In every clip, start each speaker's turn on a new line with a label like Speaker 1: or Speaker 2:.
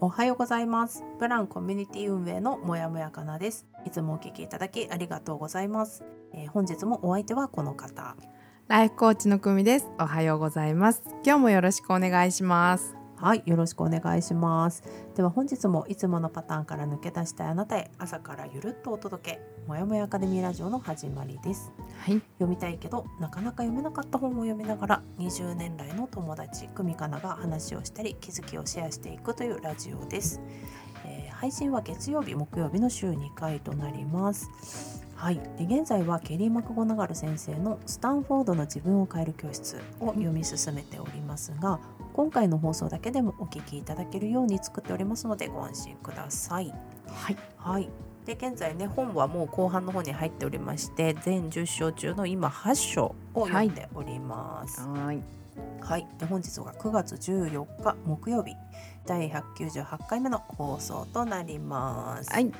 Speaker 1: おはようございます。ブランコミュニティ運営のもやもやかなです。いつもお聞きいただきありがとうございます。えー本日もお相手はこの方。
Speaker 2: ライフコーチの久美です。おはようございます。今日もよろしくお願いします。
Speaker 1: はい、よろしくお願いします。では本日もいつものパターンから抜け出したいあなたへ朝からゆるっとお届け。もやもやアカデミーラジオの始まりです。
Speaker 2: はい、
Speaker 1: 読みたいけどなかなか読めなかった本を読みながら20年来の友達久美かなが話をしたり気づきをシェアしていくというラジオです、えー配信は月曜日木曜日の週2回となりますはい、で現在はケリー・マクゴナガル先生の「スタンフォードの自分を変える教室」を読み進めておりますが今回の放送だけでもお聞きいただけるように作っておりますのでご安心ください。
Speaker 2: はい、
Speaker 1: はい。で現在ね本はもう後半の方に入っておりまして全10章中の今8章を読んでおります。はい。
Speaker 2: はい、
Speaker 1: で本日が9月14日木曜日第198回目の放送となります。
Speaker 2: はい。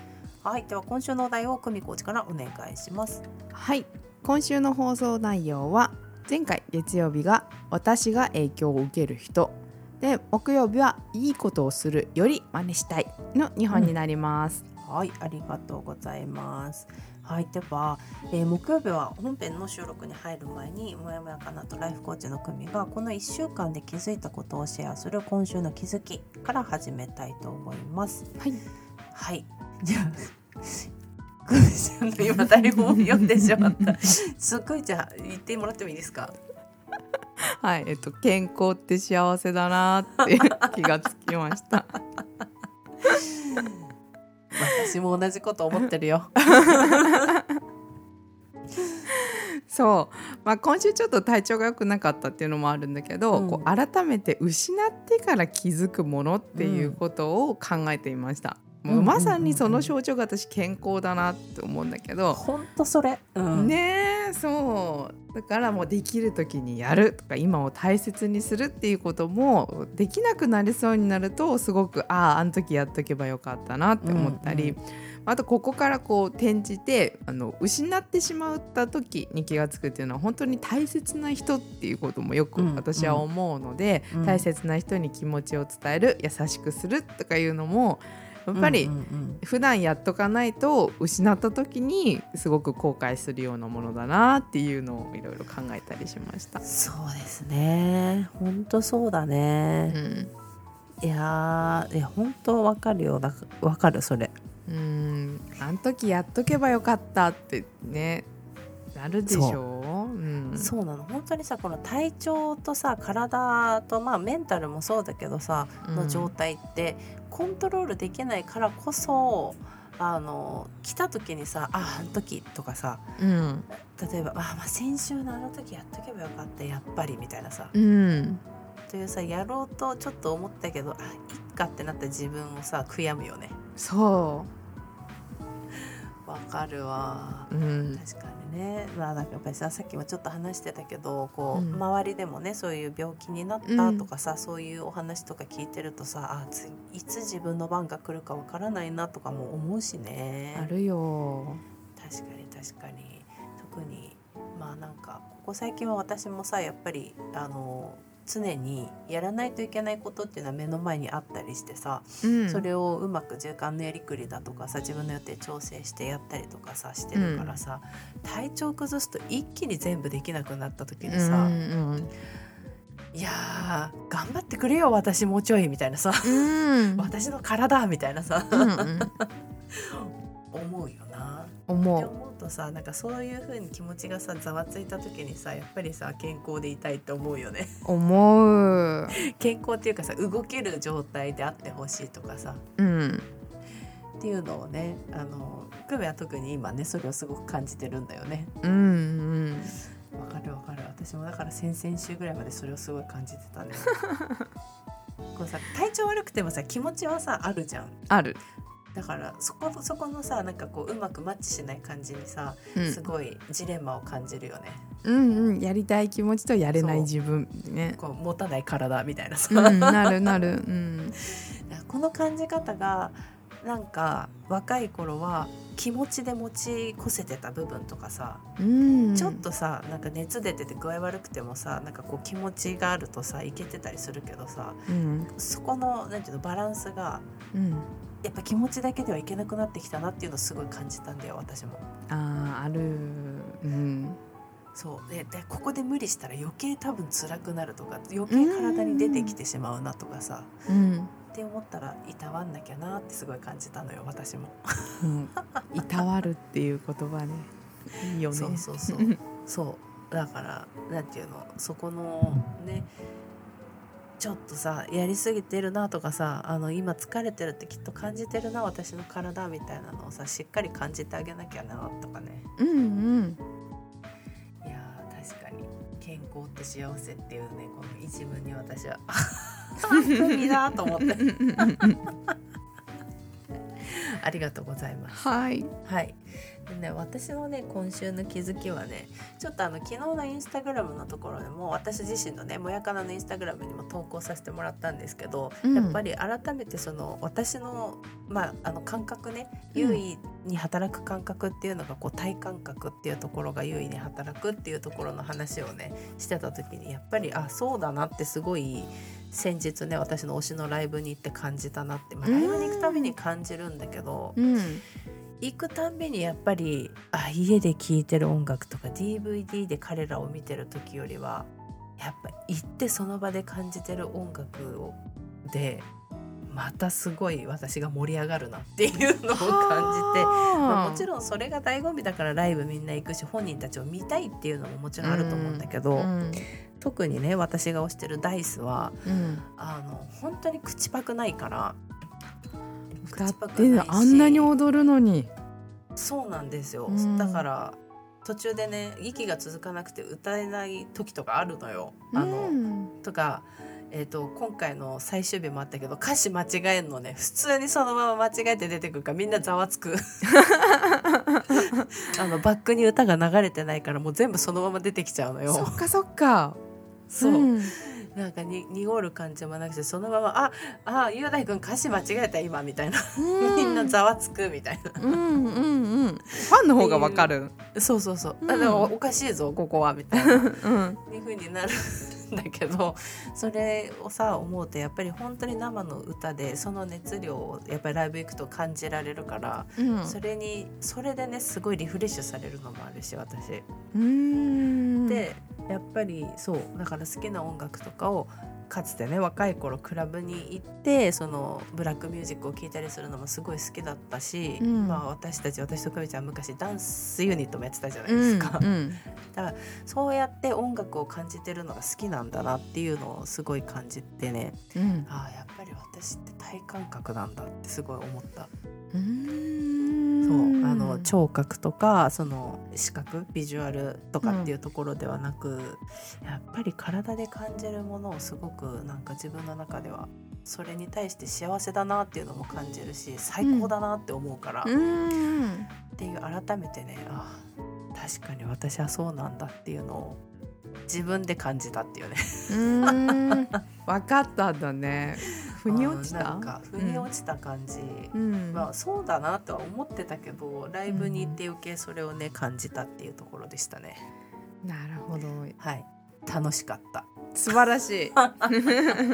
Speaker 1: はい。では今週のお題を久美コーチからお願いします。
Speaker 2: はい、今週の放送内容は前回月曜日が私が影響を受ける人で木曜日はいいことをするより真似したいの2本になります。
Speaker 1: はい、ありがとうございます。はい、では、えー木曜日は本編の収録に入る前に、もやもやかなとライフコーチの組がこの1週間で気づいたことをシェアする今週の気づきから始めたいと思います。
Speaker 2: はい、
Speaker 1: はい、じゃあ、 久美ちゃんの今台本を読んでしまった。 すごいじゃあ言ってもらってもいいですか。
Speaker 2: はい、えっと健康って幸せだなーって気がつきました。
Speaker 1: 私も同じこと思ってる よ。
Speaker 2: そう、まあ、今週ちょっと体調が良くなかったっていうのもあるんだけど、
Speaker 1: うん
Speaker 2: こう改めて失ってから気づくものっていうことを考えていました、
Speaker 1: うん
Speaker 2: も
Speaker 1: うんうん
Speaker 2: う
Speaker 1: うん
Speaker 2: まさにその象徴が私健康だなって思うんだけど、
Speaker 1: 本当それ。うん。
Speaker 2: ねえそうだからもうできる時にやるとか今を大切にするっていうこともできなくなりそうになるとすごくあああの時やっとけばよかったなって思ったり、
Speaker 1: うん
Speaker 2: あとここからこう転じてあの失ってしまった時に気が付くっていうのは本当に大切な人っていうこともよく
Speaker 1: うん
Speaker 2: 私は思うので、
Speaker 1: うん
Speaker 2: 大切な人に気持ちを伝える優しくするとかいうのもやっぱり
Speaker 1: うんうんうん
Speaker 2: 普段やっとかないと失った時にすごく後悔するようなものだなっていうのをいろいろ考えたりしました。
Speaker 1: そうですね。本当そうだね。
Speaker 2: うん
Speaker 1: いやーいや本当わかるよだわかるそれ
Speaker 2: うんあの時やっとけばよかったってねなるでしょう。うん
Speaker 1: そうなの本当にさこの体調とさ体とまあメンタルもそうだけどさの状態ってコントロールできないからこそあの来た時にさ「ああの時」とかさ
Speaker 2: うん
Speaker 1: 例えば「あーまあ先週のあの時やっとけばよかったやっぱり」みたいなさ
Speaker 2: うん
Speaker 1: というさやろうとちょっと思ったけど「あいっか」ってなった自分をさ悔やむよね
Speaker 2: そ
Speaker 1: わかるわ
Speaker 2: う、うん、
Speaker 1: 確かにね、まあ、なんかやっぱりささっきもちょっと話してたけどこう、
Speaker 2: うん
Speaker 1: 周りでもねそういう病気になったとかさ、そういうお話とか聞いてるとさあついつ自分の番が来るかわからないなとかも思うしね
Speaker 2: あるよ。
Speaker 1: 確かに確かに特にまあなんかここ最近は私もさやっぱりあの常にやらないといけないことっていうのは目の前にあったりしてさ、
Speaker 2: うん、
Speaker 1: それをうまく循環のやりくりだとかさ自分の予定調整してやったりとかさしてるからさ、体調崩すと一気に全部できなくなった時にさ「
Speaker 2: うん
Speaker 1: いやー頑張ってくれよ私もうちょい」みたいなさ
Speaker 2: うん
Speaker 1: 「私の体」みたいなさ、
Speaker 2: うんうん
Speaker 1: 思うよな。って
Speaker 2: 思う。
Speaker 1: 思うとさなんかそういう風に気持ちがさざわついた時にさやっぱりさ健康でいたいって思うよね
Speaker 2: 思う。
Speaker 1: 健康っていうかさ動ける状態であってほしいとかさ
Speaker 2: うん。
Speaker 1: っていうのをねあの久米は特に今ねそれをすごく感じてるんだよね。
Speaker 2: うんうん。
Speaker 1: わかるわかる 私もだから先々週ぐらいまでそれをすごい感じてたねこうさ体調悪なくてもさ気持ちはさあるじゃん
Speaker 2: ある、
Speaker 1: だからそこそこのさなんかこううまくマッチしない感じにさ
Speaker 2: うん、
Speaker 1: すごいジレンマを感じるよね、
Speaker 2: うんうんやりたい気持ちとやれない自分ね
Speaker 1: こう持たない体みたいなさ、
Speaker 2: うん、なるなる、うん、
Speaker 1: この感じ方がなんか若い頃は気持ちで持ちこせてた部分とかさ、
Speaker 2: うん、
Speaker 1: ちょっとさなんか熱出てて具合悪くてもさなんかこう気持ちがあるとさいけてたりするけどさ
Speaker 2: うん、
Speaker 1: そこのなんていうのバランスが
Speaker 2: うん、
Speaker 1: やっぱ気持ちだけではいけなくなってきたなっていうのをすごい感じたんだよ私も。
Speaker 2: あーある、うん、
Speaker 1: そうででここで無理したら余計多分辛くなるとか余計体に出てきてしまうなとかさ
Speaker 2: うん、
Speaker 1: って思ったらいたわんなきゃなってすごい感じたのよ私も。
Speaker 2: うん、いたわるっていう言葉ね、いいよね、
Speaker 1: そうそうそうそうだからなんていうのそこのねちょっとさやりすぎてるなとかさあの今疲れてるってきっと感じてるな私の体みたいなのをさしっかり感じてあげなきゃなとかね
Speaker 2: うんうん、
Speaker 1: いやー確かに健康って幸せっていうねこの一文に私は 海だと思ってありがとうございます。
Speaker 2: はい、
Speaker 1: はい。でね、私のね、今週の気づきはね、ちょっとあの昨日のインスタグラムのところでも、私自身のね、もやかなのインスタグラムにも投稿させてもらったんですけど、
Speaker 2: うん
Speaker 1: やっぱり改めてその私のまああの感覚ね、優位に働く感覚っていうのがこう体感覚っていうところが優位に働くっていうところの話をね、してた時にやっぱりあそうだなってすごい。先日ね私の推しのライブに行って感じたなって、まあ、ライブに行くたびに感じるんだけど、
Speaker 2: うん、
Speaker 1: 行くたんびにやっぱりあ家で聴いてる音楽とか DVD で彼らを見てる時よりはやっぱ行ってその場で感じてる音楽をでまたすごい私が盛り上がるなっていうのを感じて。まあもち
Speaker 2: ろ
Speaker 1: ろんそれが醍醐味だからライブみんな行くし本人たちを見たいっていうのももちろんあると思うんだけど、
Speaker 2: うん、
Speaker 1: 特にね私が推してるダイスは
Speaker 2: うん、
Speaker 1: あの本当に口パクないから
Speaker 2: 歌っ
Speaker 1: 口パク
Speaker 2: て
Speaker 1: ないし
Speaker 2: あんなに踊るのに、
Speaker 1: そうなんですよ、
Speaker 2: うん
Speaker 1: だから途中でね息が続かなくて歌えない時とかあるのよ。あの
Speaker 2: うん、
Speaker 1: とか、えー、と今回の最終日もあったけど歌詞間違えんのね普通にそのまま間違えて出てくるからみんなざわつ くあのバックに歌が流れてないからもう全部そのまま出てきちゃうの
Speaker 2: そ
Speaker 1: よ。
Speaker 2: っかそっか、
Speaker 1: そう、
Speaker 2: うん、
Speaker 1: なんかに濁る感じもなくてそのまま「ああ雄大君歌詞間違えた今」みたいなみんなざわつくみたいな。
Speaker 2: うんうんうん、ファンの方がわかる、
Speaker 1: そうそうそう、
Speaker 2: うん
Speaker 1: あでもおかしいぞここはみたいなっ
Speaker 2: うん、
Speaker 1: ていう風になるんだけどそれをさ思うとやっぱり本当に生の歌でその熱量をやっぱりライブ行くと感じられるから、
Speaker 2: うん、
Speaker 1: それにそれでねすごいリフレッシュされるのもあるし私。
Speaker 2: うん、
Speaker 1: でやっぱりそうだから好きな音楽とかをかつてね若い頃クラブに行ってそのブラックミュージックを聴いたりするのもすごい好きだったし、
Speaker 2: うん
Speaker 1: まあ、私たち私と久美ちゃん昔ダンスユニットもやってたじゃないですか。
Speaker 2: うん、うん、
Speaker 1: そうやって音楽を感じてるのが好きなんだなっていうのをすごい感じてね
Speaker 2: うん、
Speaker 1: ああやっぱり私って体感覚なんだってすごい思った、
Speaker 2: そ
Speaker 1: そうあの聴覚とかその視覚ビジュアルとかっていうところではなく、やっぱり体で感じるものをすごくなんか自分の中ではそれに対して幸せだなっていうのも感じるし最高だなって思うから、っ
Speaker 2: うーん
Speaker 1: ていう改めてねああ確かに私はそうなんだっていうのを自分で感じたっていうね
Speaker 2: うーんわかったんだ ね腑に落ち
Speaker 1: うん
Speaker 2: た
Speaker 1: なんか腑に落ちた感じ、
Speaker 2: うん
Speaker 1: まあそうだなとは思ってたけどライブに行って余計それをね感じたっていうところでしたね
Speaker 2: なるほど
Speaker 1: はい楽しかった
Speaker 2: 素晴らし い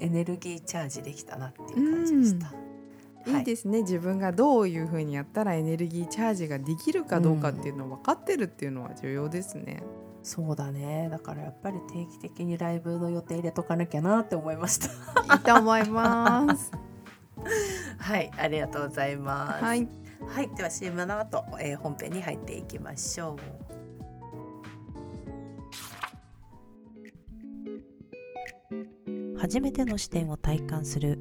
Speaker 1: エネルギーチャージできたなっていう感じでした、はい
Speaker 2: いですね自分がどういうふうにやったらエネルギーチャージができるかどうかっていうのを分かってるっていうのは重要です ね、
Speaker 1: そうだねだからやっぱり定期的にライブの予定入れとかなきゃなって思いました
Speaker 2: いいと思います
Speaker 1: はいありがとうございます
Speaker 2: はい
Speaker 1: はい、では CM の後、えー、本編に入っていきましょう。初めての視点を体感する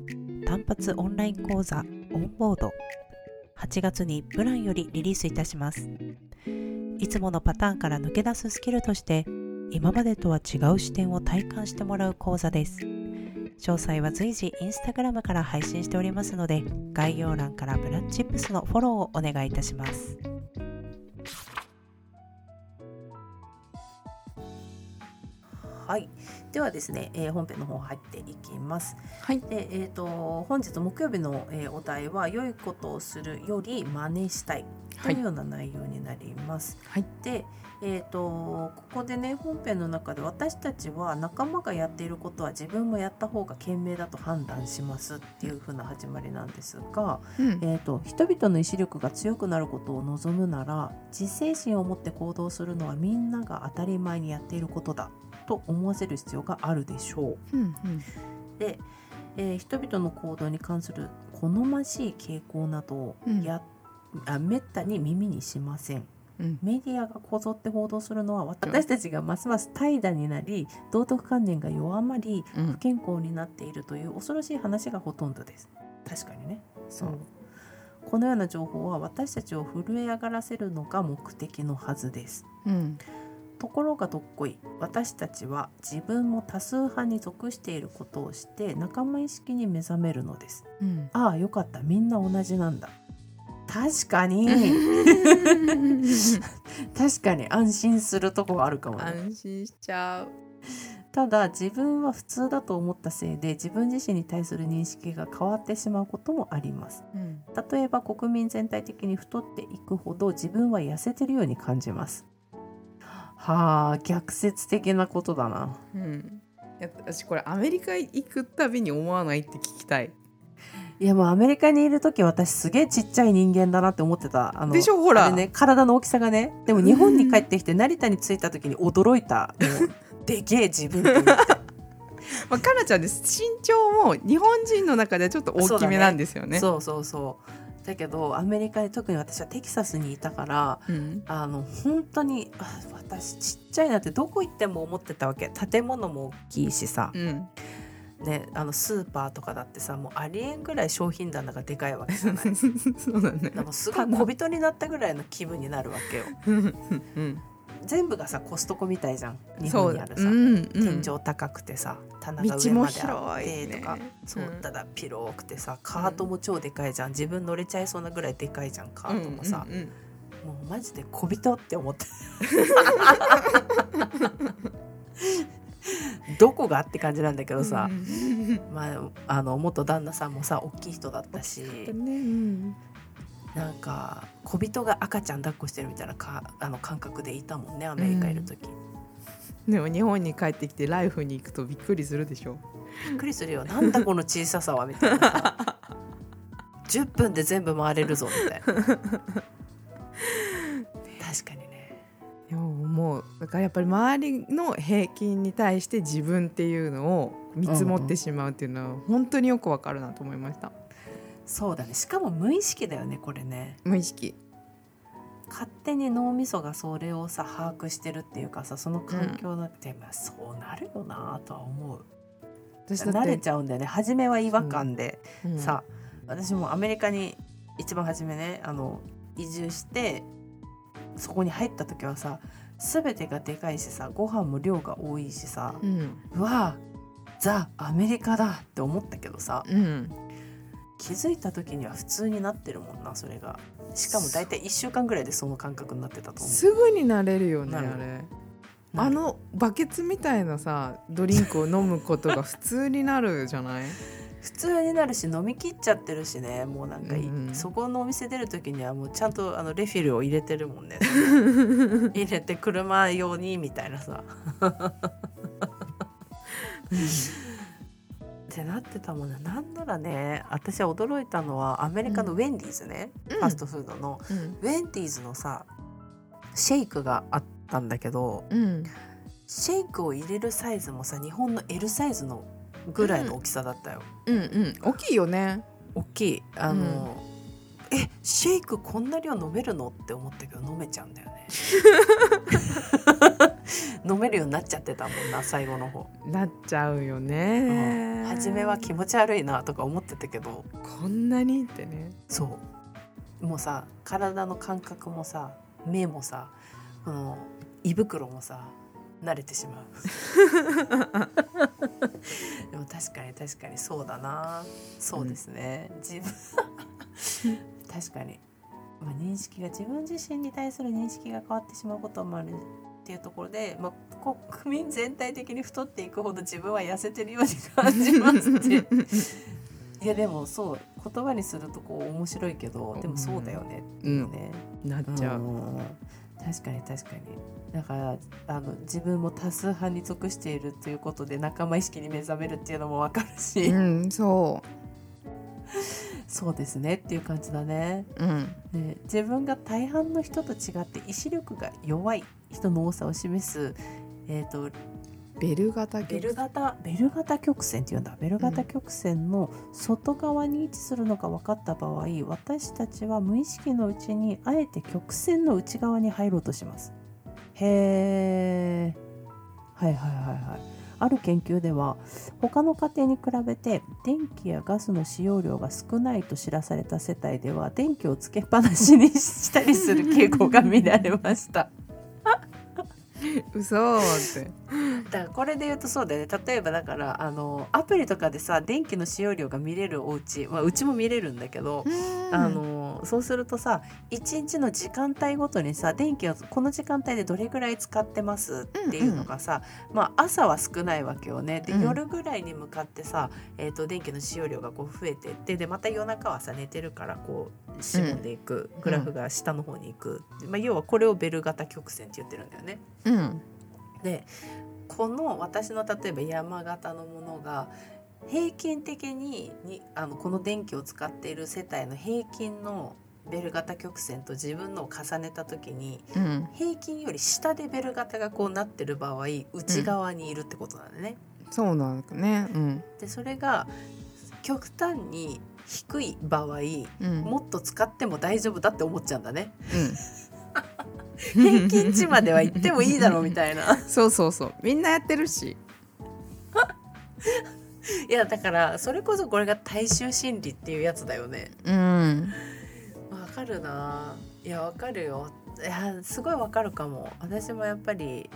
Speaker 1: 単発オンライン講座オンボード8月にプランよりリリースいたしますいつものパターンから抜け出すスキルとして今までとは違う視点を体感してもらう講座です詳細は随時インスタグラムから配信しておりますので概要欄からブランチップスのフォローをお願いいたしますはい、ではですね、えー本編の方入っていきます。
Speaker 2: はい
Speaker 1: で、えっ、と本日木曜日の、えーお題は良いことをするより真似したいと
Speaker 2: はいいう
Speaker 1: ような内容になります。
Speaker 2: はい
Speaker 1: で、えっ、とここでね本編の中で私たちは仲間がやっていることは自分もやった方が賢明だと判断しますっていう風な始まりなんですが、
Speaker 2: うん
Speaker 1: えー、と人々の意志力が強くなることを望むなら自制心を持って行動するのはみんなが当たり前にやっていることだと思わせる必要があるでしょ
Speaker 2: うんうん
Speaker 1: う。で、えー人々の行動に関する好ましい傾向などを
Speaker 2: うん
Speaker 1: や、あめったに耳にしません。
Speaker 2: うん
Speaker 1: メディアがこぞって報道するのは私たちがますます怠惰になり道徳観念が弱まり
Speaker 2: うん
Speaker 1: 不健康になっているという恐ろしい話がほとんどです。確かにね
Speaker 2: そう
Speaker 1: このような情報は私たちを震え上がらせるのが目的のはずです
Speaker 2: うん
Speaker 1: ところがどっこい私たちは自分も多数派に属していることをして仲間意識に目覚めるのです
Speaker 2: うん
Speaker 1: ああよかったみんな同じなんだ確かに 確かに安心するとこはあるかもね
Speaker 2: 安心しちゃう
Speaker 1: ただ自分は普通だと思ったせいで自分自身に対する認識が変わってしまうこともあります
Speaker 2: うん
Speaker 1: 例えば国民全体的に太っていくほど自分は痩せてるように感じますはあ逆説的なことだな
Speaker 2: うんいや私これアメリカ行くたびに思わないって聞きたい
Speaker 1: いやもうアメリカにいる時私すげえちっちゃい人間だなって思ってたあの
Speaker 2: でしょほら
Speaker 1: あれね、体の大きさがねでも日本に帰ってきて成田に着いた時に驚いたもう でけえ自分っていう
Speaker 2: まあ、かなちゃんです身長も日本人の中ではちょっと大きめなんです よね。
Speaker 1: そうそうそうだけどアメリカに特に私はテキサスにいたから
Speaker 2: うん
Speaker 1: あの本当にあ私ちっちゃいなってどこ行っても思ってたわけ建物も大きいしさ、
Speaker 2: うん
Speaker 1: ね、あのスーパーとかだってさもうありえんぐらい商品棚がでかいわけじゃない
Speaker 2: そうだね
Speaker 1: で。もすごい小人になったぐらいの気分になるわけよ
Speaker 2: うん
Speaker 1: 全部がさコストコみたいじゃん日
Speaker 2: そ
Speaker 1: 本
Speaker 2: う
Speaker 1: に
Speaker 2: だ
Speaker 1: あるさ、
Speaker 2: うんうん
Speaker 1: 天井高くてさ棚が上まであってとか、
Speaker 2: 道も広いね
Speaker 1: そう
Speaker 2: うん
Speaker 1: ただ広くてさカートも超でかいじゃん自分乗れちゃいそうなぐらいでかいじゃんカートもさ、
Speaker 2: うんうんうん
Speaker 1: もうマジで小人って思って どこがって感じなんだけどさ、
Speaker 2: うん
Speaker 1: まあ、あの元旦那さんもさ大きい人だったし
Speaker 2: うん
Speaker 1: なんか小人が赤ちゃん抱っこしてるみたいなかあの感覚でいたもんねアメリカいる時、
Speaker 2: でも日本に帰ってきてライフに行くとびっくりするでしょ。
Speaker 1: びっくりするよなんだこの小ささはみたいな さ10分で全部回れるぞみたいな確かにね
Speaker 2: いやもうだからやっぱり周りの平均に対して自分っていうのを見積もってしまうっていうのは本当によくわかるなと思いました。
Speaker 1: そうだねしかも無意識だよねこれね
Speaker 2: 無意識。
Speaker 1: 勝手に脳みそがそれをさ把握してるっていうかさその環境だって、まあ、そうなるよなとは思う
Speaker 2: 私だって
Speaker 1: 慣れちゃうんだよね初めは違和感で、
Speaker 2: うん
Speaker 1: さ私もアメリカに一番初めねあの移住してそこに入った時はさ全てがでかいしさご飯も量が多いしさ
Speaker 2: う、ん
Speaker 1: うわザ・アメリカだって思ったけどさ
Speaker 2: うん
Speaker 1: 気づいた時には普通になってるもんなそれがしかも大体1週間ぐらいでその感覚になってたと思う
Speaker 2: すぐになれるよね
Speaker 1: なる
Speaker 2: あれ
Speaker 1: な
Speaker 2: あ
Speaker 1: る
Speaker 2: のバケツみたいなさドリンクを飲むことが普通になるじゃない
Speaker 1: 普通になるし飲み切っちゃってるしねもうなんかい、
Speaker 2: うんうん
Speaker 1: そこのお店出る時にはもうちゃんとあのレフィルを入れてるも んね入れて車用にみたいなさってなってたもんねなんならね私は驚いたのはアメリカのウェンディーズね、ファストフードの
Speaker 2: うん
Speaker 1: ウェンディーズのさシェイクがあったんだけど
Speaker 2: うん
Speaker 1: シェイクを入れるサイズもさ日本の L サイズのぐらいの大きさだったよ、
Speaker 2: うんうん大きいよね
Speaker 1: 大きいあの、えシェイクこんな量飲めるのって思ったけど飲めちゃうんだよ ね飲めるようになっちゃってたもんな最後の方、
Speaker 2: なっちゃうよ
Speaker 1: う
Speaker 2: ね
Speaker 1: ん、初めは気持ち悪いなとか思ってたけど
Speaker 2: こんなにってね
Speaker 1: そうもうさ体の感覚もさ目もさこの胃袋もさ慣れてしまう でも確かに確かにそうだなそうですね、自分 確かに、まあ、認識が自分自身に対する認識が変わってしまうこともあるっていうところで、まあ、国民全体的に太っていくほど自分は痩せてるように感じますっていやでもそう言葉にするとこう面白いけどでもそうだよねっていうね、
Speaker 2: なっちゃう、
Speaker 1: ん確かに確かにだからあの自分も多数派に属しているということで仲間意識に目覚めるっていうのもわかるし、
Speaker 2: うん、そ
Speaker 1: そうですねっていう感じだね
Speaker 2: う、うん、
Speaker 1: ね自分が大半の人と違って意志力が弱い人の多さを示すえー、と
Speaker 2: ベル型
Speaker 1: ベ
Speaker 2: 曲
Speaker 1: ル型ベル型曲線っていうんだベル型曲線の外側に位置するのが分かった場合私たちは無意識のうちにあえて曲線の内側に入ろうとしますへーはいはいはいはいある研究では他の家庭に比べて電気やガスの使用量が少ないと知らされた世帯では電気をつけっぱなしにしたりする傾向が見られました
Speaker 2: 嘘って
Speaker 1: だからこれで言うとそうだよね例えばだからあのアプリとかでさ電気の使用量が見れるお家まあうちも見れるんだけど、あのそうするとさ1日の時間帯ごとにさ電気をこの時間帯でどれぐらい使ってますっていうのがさ、まあ、朝は少ないわけよねで、
Speaker 2: うん
Speaker 1: 夜ぐらいに向かってさ、えー、と電気の使用量がこう増えてってでまた夜中はさ寝てるからこうしぼんでいく、グラフが下の方に行く、まあ、要はこれをベル型曲線って言ってるんだよね。
Speaker 2: うん
Speaker 1: でこの私の例えば山形のものが平均的ににあのこの電気を使っている世帯の平均のベル型曲線と自分のを重ねた時に
Speaker 2: うん
Speaker 1: 平均より下でベル型がこうなってる場合内側にいるってことなんだね。
Speaker 2: そうなんだねうん
Speaker 1: でそれが極端に低い場合
Speaker 2: うん
Speaker 1: もっと使っても大丈夫だって思っちゃうんだね。
Speaker 2: うん
Speaker 1: 平均値までは行ってもいいだろうみたいな。
Speaker 2: そうそうそうみんなやってるし
Speaker 1: いやだからそれこそこれが大衆心理っていうやつだよね。
Speaker 2: うん
Speaker 1: わかるないやわかるよいやすごいわかるかも私もやっぱり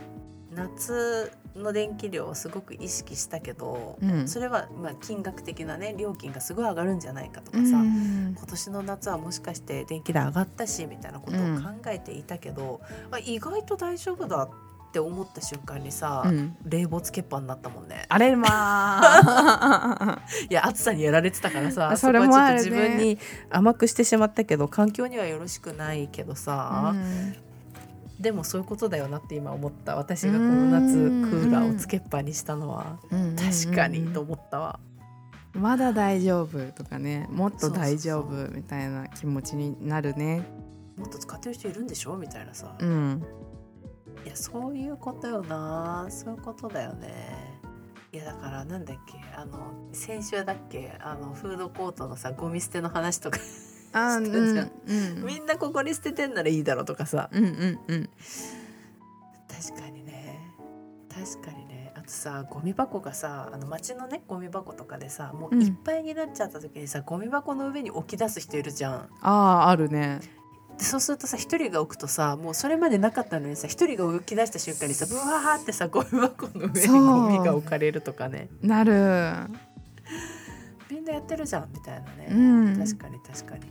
Speaker 1: 夏の電気量をすごく意識したけど、
Speaker 2: うん
Speaker 1: それはまあ金額的なね料金がすごい上がるんじゃないかとか
Speaker 2: う
Speaker 1: さ、
Speaker 2: ん
Speaker 1: 今年の夏はもしかして電気代上がったしみたいなことを
Speaker 2: うん
Speaker 1: 考えていたけど、あ意外と大丈夫だって思った瞬間にさ、
Speaker 2: うん
Speaker 1: 冷房つけっぱになったもんね
Speaker 2: あれまあ
Speaker 1: いや暑さにやられてたからさ
Speaker 2: それもあるね
Speaker 1: そこはちょっと自分に甘くしてしまったけど環境にはよろしくないけどさ、
Speaker 2: うん
Speaker 1: でもそういうことだよなって今思った私がこの夏
Speaker 2: うん
Speaker 1: クーラーをつけっぱにしたのは
Speaker 2: うん
Speaker 1: 確かにと
Speaker 2: うん
Speaker 1: 思ったわ、
Speaker 2: まだ大丈夫とかねもっと大丈
Speaker 1: そうそ
Speaker 2: 夫みたいな気持ちになるね
Speaker 1: もっと使ってる人いるんでしょみたいなさ、
Speaker 2: うん
Speaker 1: いやそういうことよなそういうことだよねいやだからなんだっけあの先週だっけあのフードコートのさゴミ捨ての話とか
Speaker 2: あ
Speaker 1: し
Speaker 2: う
Speaker 1: た
Speaker 2: ん
Speaker 1: ん
Speaker 2: う
Speaker 1: じゃん
Speaker 2: んうん
Speaker 1: みんなここに捨ててんならいいだろうとかさ
Speaker 2: うんうん
Speaker 1: 確かにね確かにねあとさゴミ箱がさあの街のねゴミ箱とかでさもううんいっぱいになっちゃった時にさ、ゴミ箱の上に置き出す人いるじゃん
Speaker 2: あああるね
Speaker 1: でそうするとさ一人が置くとさもうそれまでなかったのにさ一人が置き出した瞬間にさブワーってさゴミ箱の上に
Speaker 2: そう
Speaker 1: ゴミが置かれるとかね
Speaker 2: なる
Speaker 1: みんなやってるじゃんみたいなね、
Speaker 2: うん
Speaker 1: 確かに確かに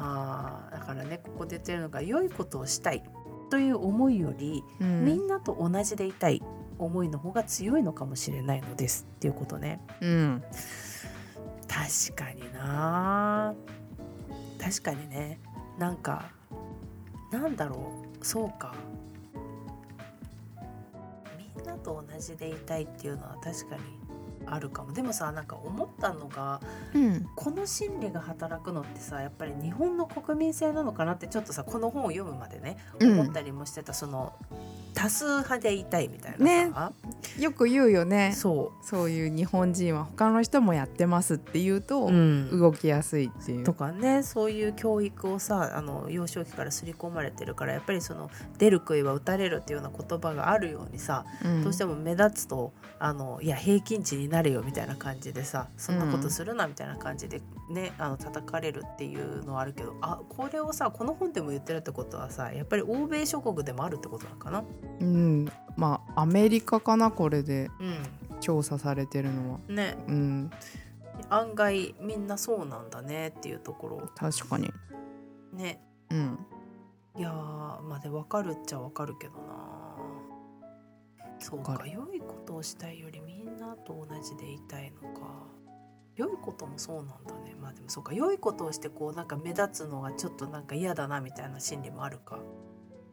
Speaker 1: あーだからねここで言ってるのが良いことをしたいという思いより
Speaker 2: う
Speaker 1: み
Speaker 2: ん
Speaker 1: んなと同じでいたい思いの方が強いのかもしれないのですっていうことね
Speaker 2: うん
Speaker 1: 確かにな確かにねなんかなんだろうそうかみんなと同じでいたいっていうのは確かにあるかもでもさなんか思ったのが
Speaker 2: うん
Speaker 1: この心理が働くのってさやっぱり日本の国民性なのかなってちょっとさこの本を読むまでね
Speaker 2: うん
Speaker 1: 思ったりもしてた、その多数派でいたいみたいなさ、
Speaker 2: ねよく言うよね
Speaker 1: そ
Speaker 2: そういう日本人は他の人もやってますって言う
Speaker 1: う、
Speaker 2: と、
Speaker 1: うん
Speaker 2: 動きやすいっていう
Speaker 1: とかねそういう教育をさあの幼少期から刷り込まれてるからやっぱりその「出る杭は打たれる」っていうような言葉があるようにさ、
Speaker 2: うん
Speaker 1: どうしても目立つとあのいや平均値になれよみたいな感じでさそんなことするなみたいな感じでねあの叩かれるっていうのはあるけどあこれをさこの本でも言ってるってことはさやっぱり欧米諸国でもあるってことなのかな
Speaker 2: うんまあアメリカかなこれで
Speaker 1: う
Speaker 2: 調査されてるのは
Speaker 1: んね
Speaker 2: うん
Speaker 1: 案外みんなそうなんだねっていうところ
Speaker 2: 確かに
Speaker 1: ね
Speaker 2: うん
Speaker 1: いやーまあで分かるっちゃ分かるけどなそう
Speaker 2: わ
Speaker 1: か
Speaker 2: か
Speaker 1: 良いことをしたいよりみんなと同じでいたいのか良いこともそうなんだねまあでもそうか良いことをしてこうなんか目立つのがちょっとなんか嫌だなみたいな心理もあるか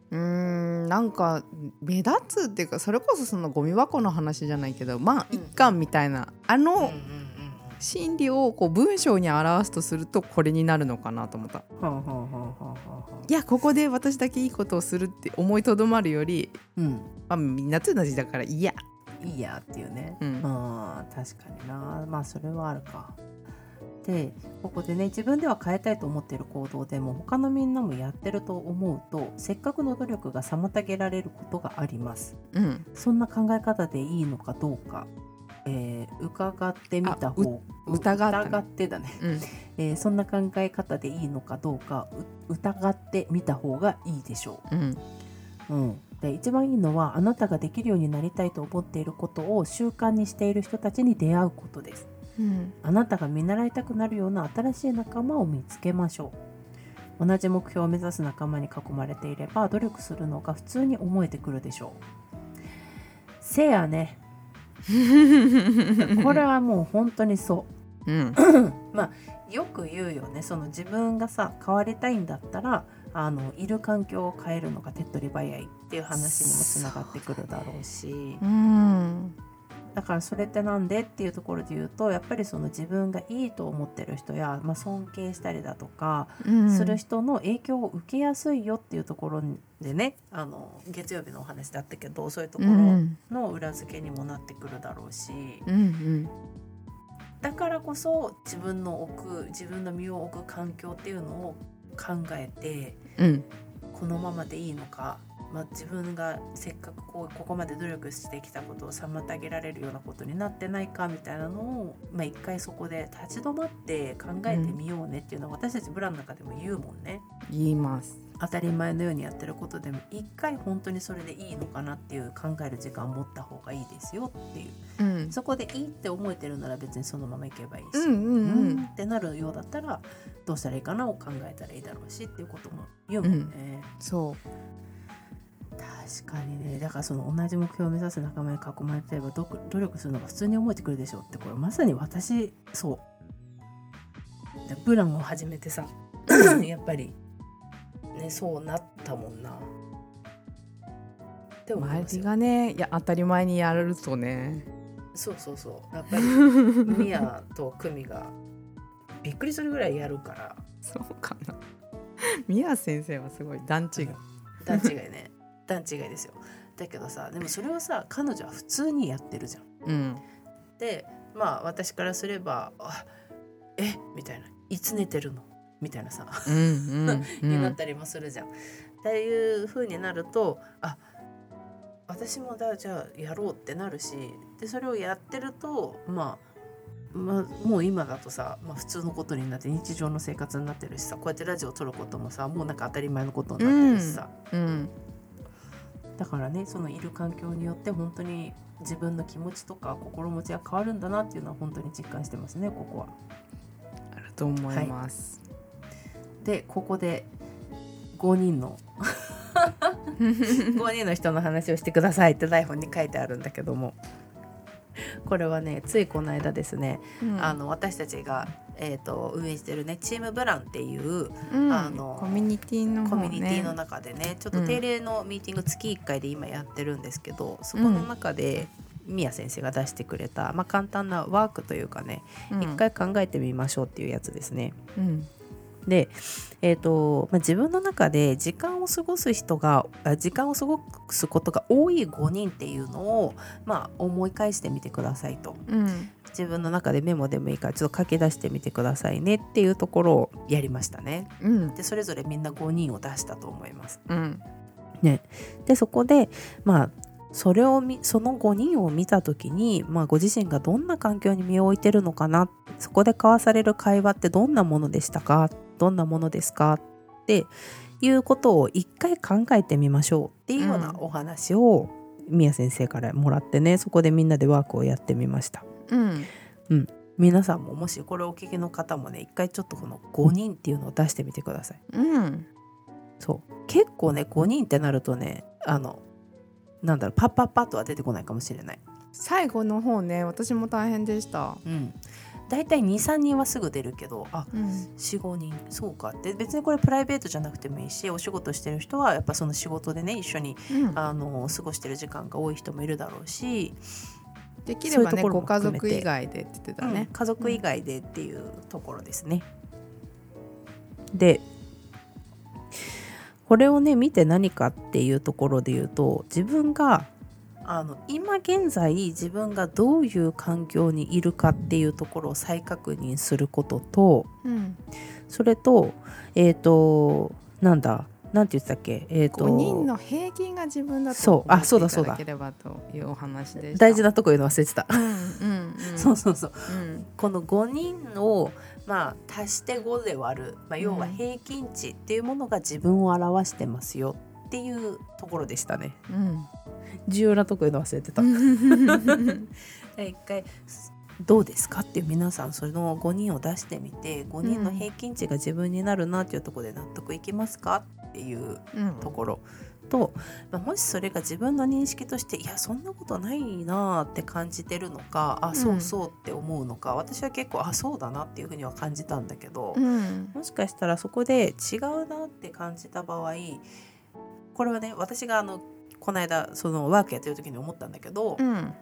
Speaker 2: うーんなんか目立つっていうかそれこそそのゴミ箱の話じゃないけどまあ
Speaker 1: うん
Speaker 2: 一貫みたいな、あ
Speaker 1: うんうん
Speaker 2: の心理をこう文章に表すとするとこれになるのかなと思った
Speaker 1: うんうんはあはあはあはあはい
Speaker 2: やここで私だけいいことをするって思いとどまるより、
Speaker 1: うん
Speaker 2: まあ、みんなと同じだからいいや、
Speaker 1: いいやっていうね
Speaker 2: うん
Speaker 1: まあ確かになまあそれはあるか。でここでね自分では変えたいと思っている行動でも他のみんなもやってると思うとせっかくの努力が妨げられることがあります
Speaker 2: うん
Speaker 1: そんな考え方でいいのかどうか、えー伺ってみた方
Speaker 2: う疑ったね
Speaker 1: 疑ってだね、
Speaker 2: うん
Speaker 1: えーそんな考え方でいいのかどうかう疑ってみた方がいいでしょう
Speaker 2: うん
Speaker 1: うん、で一番いいのはあなたができるようになりたいと思っていることを習慣にしている人たちに出会うことです
Speaker 2: うん
Speaker 1: あなたが見習いたくなるような新しい仲間を見つけましょう同じ目標を目指す仲間に囲まれていれば努力するのが普通に思えてくるでしょうせや ねこれはもう本当にそう
Speaker 2: うん
Speaker 1: よく言うよねその自分がさ変わりたいんだったらあのいる環境を変えるのが手っ取り早いっていう話にもつながってくるだろうし
Speaker 2: うん
Speaker 1: だからそれってなんでっていうところで言うとやっぱりその自分がいいと思ってる人や、まあ、尊敬したりだとか
Speaker 2: うん
Speaker 1: する人の影響を受けやすいよっていうところでねあの月曜日のお話だったけどそういうとこ
Speaker 2: うんう
Speaker 1: ろ
Speaker 2: ん
Speaker 1: の裏付けにもなってくるだろうし。
Speaker 2: うん
Speaker 1: だからこそ自分の置く自分の身を置く環境っていうのを考えて
Speaker 2: うん
Speaker 1: このままでいいのか、まあ、自分がせっかくこうここまで努力してきたことを妨げられるようなことになってないかみたいなのをまあ、一回そこで立ち止まって考えてみようねっていうのは私たちブランの中でも言うもんね。
Speaker 2: 言います
Speaker 1: 当たり前のようにやってることでも一回本当にそれでいいのかなっていう考える時間を持った方がいいですよっていう
Speaker 2: うん
Speaker 1: そこでいいって思えてるなら別にそのままいけばいいし、
Speaker 2: う
Speaker 1: う
Speaker 2: んう
Speaker 1: ん
Speaker 2: うんん
Speaker 1: ってなるようだったらどうしたらいいかなを考えたらいいだろうしっていうことも言うもんね、
Speaker 2: そ
Speaker 1: 確かにねだからその同じ目標を目指す仲間に囲まれてればど努力するのが普通に思えてくるでしょうってこれまさに私そうでプランを始めて さやっぱりねそうなったもんなで
Speaker 2: う
Speaker 1: も
Speaker 2: 周りがねいや当たり前にやるとね
Speaker 1: そうそうそうや っぱりミヤとクミがびっくりするぐらいやるから
Speaker 2: そうかな宮先生はすごい段違い
Speaker 1: 段違いね段違いですよだけどさでもそれをさ彼女は普通にやってるじゃん
Speaker 2: うん
Speaker 1: でまあ私からすれば「あえみたいな「いつ寝てるの?」みたいなさ、
Speaker 2: うんうんう
Speaker 1: になっ
Speaker 2: ん
Speaker 1: たりもするじゃん。っていう風になるとあ私もだじゃあやろうってなるしでそれをやってるとまあまあ、もう今だとさ、まあ、普通のことになって日常の生活になってるしさこうやってラジオを撮ることもさもうなんか当たり前のことになってるしさ、
Speaker 2: うん
Speaker 1: だからねそのいる環境によって本当に自分の気持ちとか心持ちが変わるんだなっていうのは本当に実感してますねここは。
Speaker 2: あると思います、
Speaker 1: でここで5人 の5人の人の話をしてくださいって台本に書いてあるんだけどもこれはねついこの間ですね、
Speaker 2: うん
Speaker 1: あの私たちが、えー、と運営してるねチームブランっていう
Speaker 2: うん
Speaker 1: あの
Speaker 2: コミュニティの方
Speaker 1: コ
Speaker 2: ね
Speaker 1: ミュニティの中でねちょっと定例のミーティング月1回で今やってるんですけど、そこの中で。みや先生が出してくれた、まあ、簡単なワークというかね
Speaker 2: うん
Speaker 1: 一、回考えてみましょうっていうやつですね。
Speaker 2: うん
Speaker 1: で、えーとまあ、自分の中で時間を過ごす人があ時間を過ごすことが多い5人っていうのを、まあ、思い返してみてくださいと
Speaker 2: うん
Speaker 1: 自分の中でメモでもいいからちょっと書き出してみてくださいねっていうところをやりましたね
Speaker 2: うん
Speaker 1: でそれぞれみんな5人を出したと思います
Speaker 2: うん
Speaker 1: でそこでまあそれを見その5人を見た時に、まあ、ご自身がどんな環境に身を置いてるのかなそこで交わされる会話ってどんなものでしたかどんなものですかっていうことを一回考えてみましょうっていうような
Speaker 2: うん
Speaker 1: お話を宮先生からもらってねそこでみんなでワークをやってみました
Speaker 2: うん
Speaker 1: 皆さんももしこれをお聞きの方もね一回ちょっとこの5人っていうのを出してみてください
Speaker 2: うん
Speaker 1: そう結構ね5人ってなるとねあのなんだろうパッパッパッとは出てこないかもしれない
Speaker 2: 最後の方ね私も大変でした、
Speaker 1: うん大体23人はすぐ出るけどあ45人そうかって別にこれプライベートじゃなくてもいいしお仕事してる人はやっぱその仕事でね一緒に
Speaker 2: うん
Speaker 1: あの過ごしてる時間が多い人もいるだろうし、
Speaker 2: できれば
Speaker 1: そういうと
Speaker 2: ね
Speaker 1: ころも
Speaker 2: ご家
Speaker 1: 含めて
Speaker 2: 族以外でって言ってた
Speaker 1: うん
Speaker 2: ね、
Speaker 1: 家族以外でっていうところですね。でこれをね見て何かっていうところで言うと自分があの今現在自分がどういう環境にいるかっていうところを再確認することと、
Speaker 2: うん
Speaker 1: それと、えっ、と、なんだ、なんて言ってたっけ、えっ、と、
Speaker 2: 5人の平均が自分だと
Speaker 1: そうあそうだ
Speaker 2: 思
Speaker 1: そ
Speaker 2: っ
Speaker 1: う
Speaker 2: て
Speaker 1: だ
Speaker 2: いただければというお話でした
Speaker 1: 大事なとこ言うの忘れてた。
Speaker 2: うんうんう ん
Speaker 1: そうそうそう。
Speaker 2: うん
Speaker 1: この5人を、まあ、足して5で割る、まあ、要は
Speaker 2: うん
Speaker 1: 平均値っていうものが自分を表してますよっていうところでしたね。
Speaker 2: うん
Speaker 1: 重要なとこ言うの忘れてた。
Speaker 2: うん
Speaker 1: 一回どうですかっていう皆さんその5人を出してみて5人の平均値が自分になるなっていうところで納得いきますかっていう
Speaker 2: うん
Speaker 1: ところと、まあ、もしそれが自分の認識としていやそんなことないなーって感じてるのかあそうそうって思うのか、私は結構あそうだなっていうふうには感じたんだけど、
Speaker 2: うん
Speaker 1: もしかしたらそこで違うなって感じた場合これはね私があのこの間そのワークやってる時に思ったんだけど、
Speaker 2: うん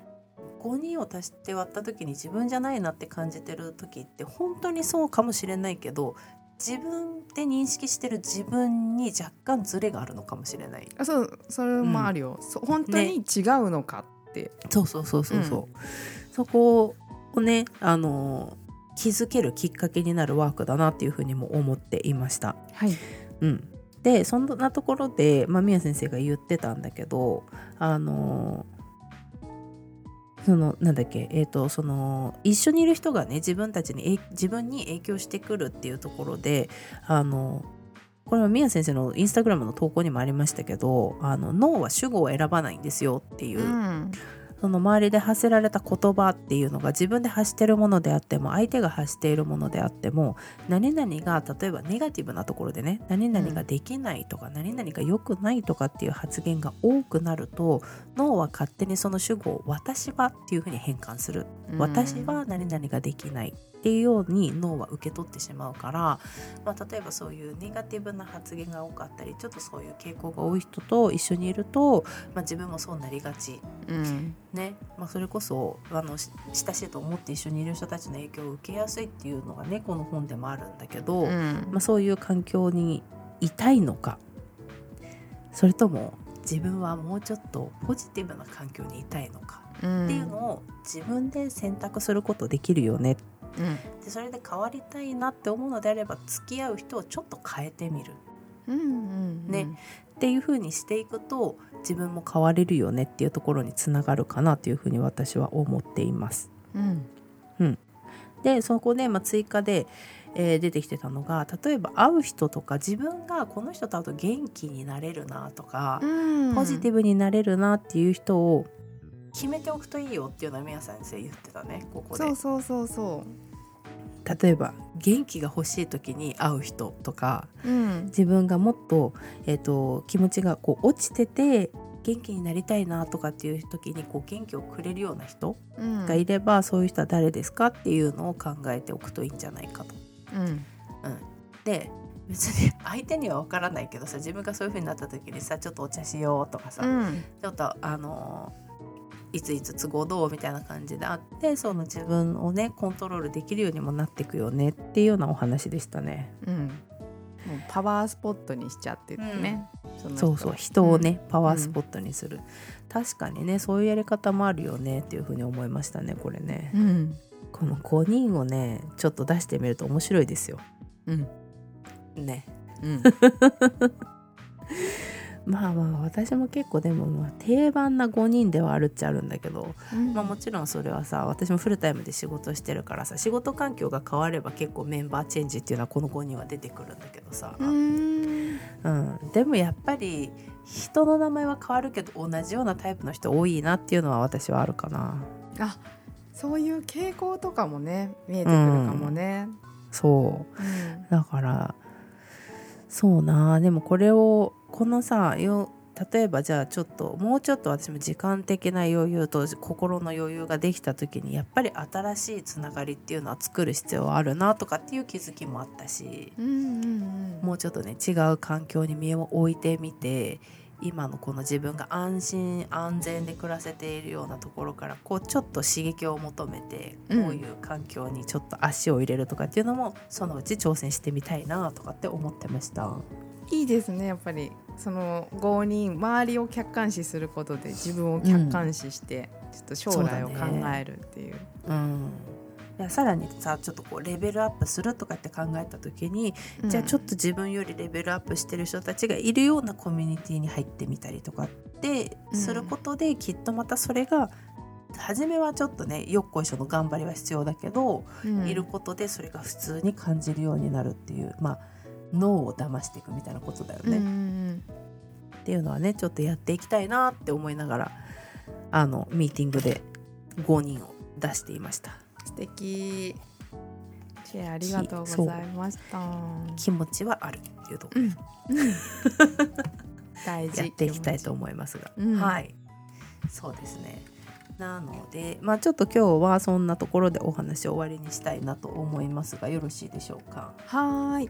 Speaker 1: 5人を足して割った時に自分じゃないなって感じてる時って本当にそうかもしれないけど自分で認識してる自分に若干ズレがあるのかもしれない。
Speaker 2: あそうそれもあるよ、そ本当に違うのかって、
Speaker 1: そうそうそうそうそう、そこをねあのー気づけるきっかけになるワークだなっていうふうにも思っていました。
Speaker 2: はい
Speaker 1: うん、でそんなところで、まあ、宮先生が言ってたんだけどあのーそのなんだっけえっ、とその一緒にいる人がね自分たちにえい自分に影響してくるっていうところであのこれは宮先生のインスタグラムの投稿にもありましたけどあの脳は主語を選ばないんですよっていうう、
Speaker 2: ん
Speaker 1: その周りで発せられた言葉っていうのが自分で発しているものであっても相手が発しているものであっても何々が例えばネガティブなところでね何々ができないとか何々が良くないとかっていう発言が多くなると脳は勝手にその主語を「私は」っていうふうに変換する「私は何々ができない」っていうように脳は受け取ってしまうから、まあ、例えばそういうネガティブな発言が多かったりちょっとそういう傾向が多い人と一緒にいると、まあ、自分もそうなりがち
Speaker 2: うん
Speaker 1: ねまあ、それこそあのし親しいと思って一緒にいる人たちの影響を受けやすいっていうのがねこの本でもあるんだけど、
Speaker 2: うん
Speaker 1: まあ、そういう環境にいたいのかそれとも自分はもうちょっとポジティブな環境にいたいのか
Speaker 2: うん
Speaker 1: っていうのを自分で選択することできるよね
Speaker 2: うん
Speaker 1: でそれで変わりたいなって思うのであれば付き合う人をちょっと変えてみる
Speaker 2: うんうん
Speaker 1: ねっていう風にしていくと自分も変われるよねっていうところにつながるかなという風に私は思っています。
Speaker 2: うん
Speaker 1: でそこで、まあ、追加で、えー出てきてたのが例えば会う人とか自分がこの人と会うと元気になれるなとか、
Speaker 2: うん
Speaker 1: ポジティブになれるなっていう人を決めておくといいよっていうのは宮先生言ってたねここで
Speaker 2: そうそうそうそ
Speaker 1: 例えば元気が欲しい時に会う人とか
Speaker 2: ううん
Speaker 1: 自分がもっと,、えー、と気持ちがこう落ちてて元気になりたいなとかっていう時にこう元気をくれるような人
Speaker 2: うん
Speaker 1: がいれば、そういう人は誰ですかっていうのを考えておくといいんじゃないかと。
Speaker 2: うん
Speaker 1: で別に相手には分からないけどさ自分がそういう風になった時にさちょっとお茶しようとかさ、
Speaker 2: うん
Speaker 1: ちょっとあのーいついつ都合どうみたいな感じであってその自分をねコントロールできるようにもなっていくよねっていうようなお話でしたね。
Speaker 2: うんもうパワースポットにしちゃっててね、その人
Speaker 1: そうそう人をね、パワースポットにする、確かにねそういうやり方もあるよねっていう風に思いましたねこれね、
Speaker 2: うん
Speaker 1: この5人をねちょっと出してみると面白いですよ
Speaker 2: うん
Speaker 1: ね
Speaker 2: うん
Speaker 1: まあまあ私も結構でもまあ定番な5人ではあるっちゃあるんだけど
Speaker 2: うん
Speaker 1: まあ、もちろんそれはさ私もフルタイムで仕事してるからさ仕事環境が変われば結構メンバーチェンジっていうのはこの5人は出てくるんだけどさ、
Speaker 2: うん
Speaker 1: うん、でもやっぱり人の名前は変わるけど同じようなタイプの人多いなっていうのは私はあるかな
Speaker 2: あそういう傾向とかもね見えてくるかもね。
Speaker 1: そう
Speaker 2: うん
Speaker 1: だからそうなでもこれをこのさよ例えばじゃあちょっともうちょっと私も時間的な余裕と心の余裕ができた時にやっぱり新しいつながりっていうのは作る必要はあるなとかっていう気づきもあったし
Speaker 2: うんうんうん
Speaker 1: もうちょっとね違う環境に身を置いてみて今のこの自分が安心安全で暮らせているようなところからこうちょっと刺激を求めて、
Speaker 2: うん
Speaker 1: こういう環境にちょっと足を入れるとかっていうのもそのうち挑戦してみたいなとかって思ってました。
Speaker 2: いいですねやっぱりその強人周りを客観視することで自分を客観視して、ちょっと将来を考えるっていう。
Speaker 1: うんいやさらにさちょっとこうレベルアップするとかって考えた時に、じゃあちょっと自分よりレベルアップしてる人たちがいるようなコミュニティに入ってみたりとかって
Speaker 2: うん
Speaker 1: することで、きっとまたそれが初めはちょっとねよっこいしょの頑張りは必要だけど、
Speaker 2: と、うん
Speaker 1: いることでそれが普通に感じるようになるっていうまあ脳を騙していくみたいなことだよね、
Speaker 2: うんう
Speaker 1: っ
Speaker 2: ん
Speaker 1: ていうのはねちょっとやっていきたいなって思いながらあのミーティングで5人を出していました。
Speaker 2: うん素敵シェアありがとうございました。
Speaker 1: 気持ちはあるっていうところで
Speaker 2: 大事
Speaker 1: やっていきたいと思いますが、
Speaker 2: うん
Speaker 1: はいそうですねなのでまあちょっと今日はそんなところでお話を終わりにしたいなと思いますがよろしいでしょうか
Speaker 2: はーい。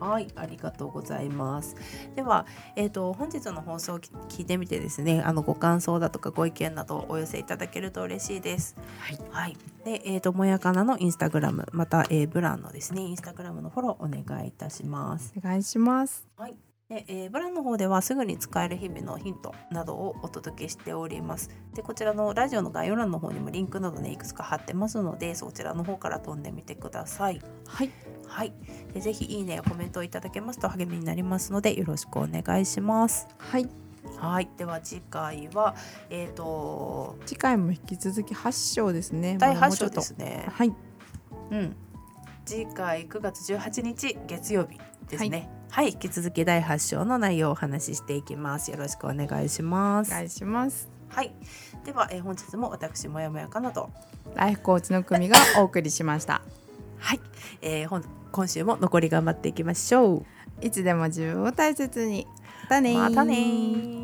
Speaker 1: はいありがとうございますではえっ、と本日の放送をき聞いてみてですねあのご感想だとかご意見などをお寄せいただけると嬉しいです
Speaker 2: はい
Speaker 1: はいでえっ、ともやかなのインスタグラムまた、えーブランのですねインスタグラムのフォローお願いいたします
Speaker 2: お願いします。
Speaker 1: で、えーブランの方ではすぐに使える日々のヒントなどをお届けしております。で、こちらのラジオの概要欄の方にもリンクなどね、いくつか貼ってますので、そちらの方から飛んでみてください。
Speaker 2: はい。
Speaker 1: はい。で、ぜひいいねやコメントをいただけますと励みになりますので、よろしくお願いします。
Speaker 2: はい。
Speaker 1: はい。では次回は、えっ、と、
Speaker 2: 次回も引き続き八章ですね。
Speaker 1: 第
Speaker 2: まだ
Speaker 1: 8
Speaker 2: もうち
Speaker 1: 章
Speaker 2: ょっと
Speaker 1: ですね。
Speaker 2: はい。
Speaker 1: うん。次回9月18日月曜日ですね。はい、引き続き第8章の内容をお話ししていきます。よろしくお願いしま
Speaker 2: お
Speaker 1: す。
Speaker 2: 願いします。
Speaker 1: はい、では、えー本日も私もやもやかなと、
Speaker 2: ライフコーチの組がお送りしました。
Speaker 1: はい、えー本今週も残り頑張っていきましょ
Speaker 2: いつでも自分を大切に。また
Speaker 1: う。
Speaker 2: ねー
Speaker 1: またねー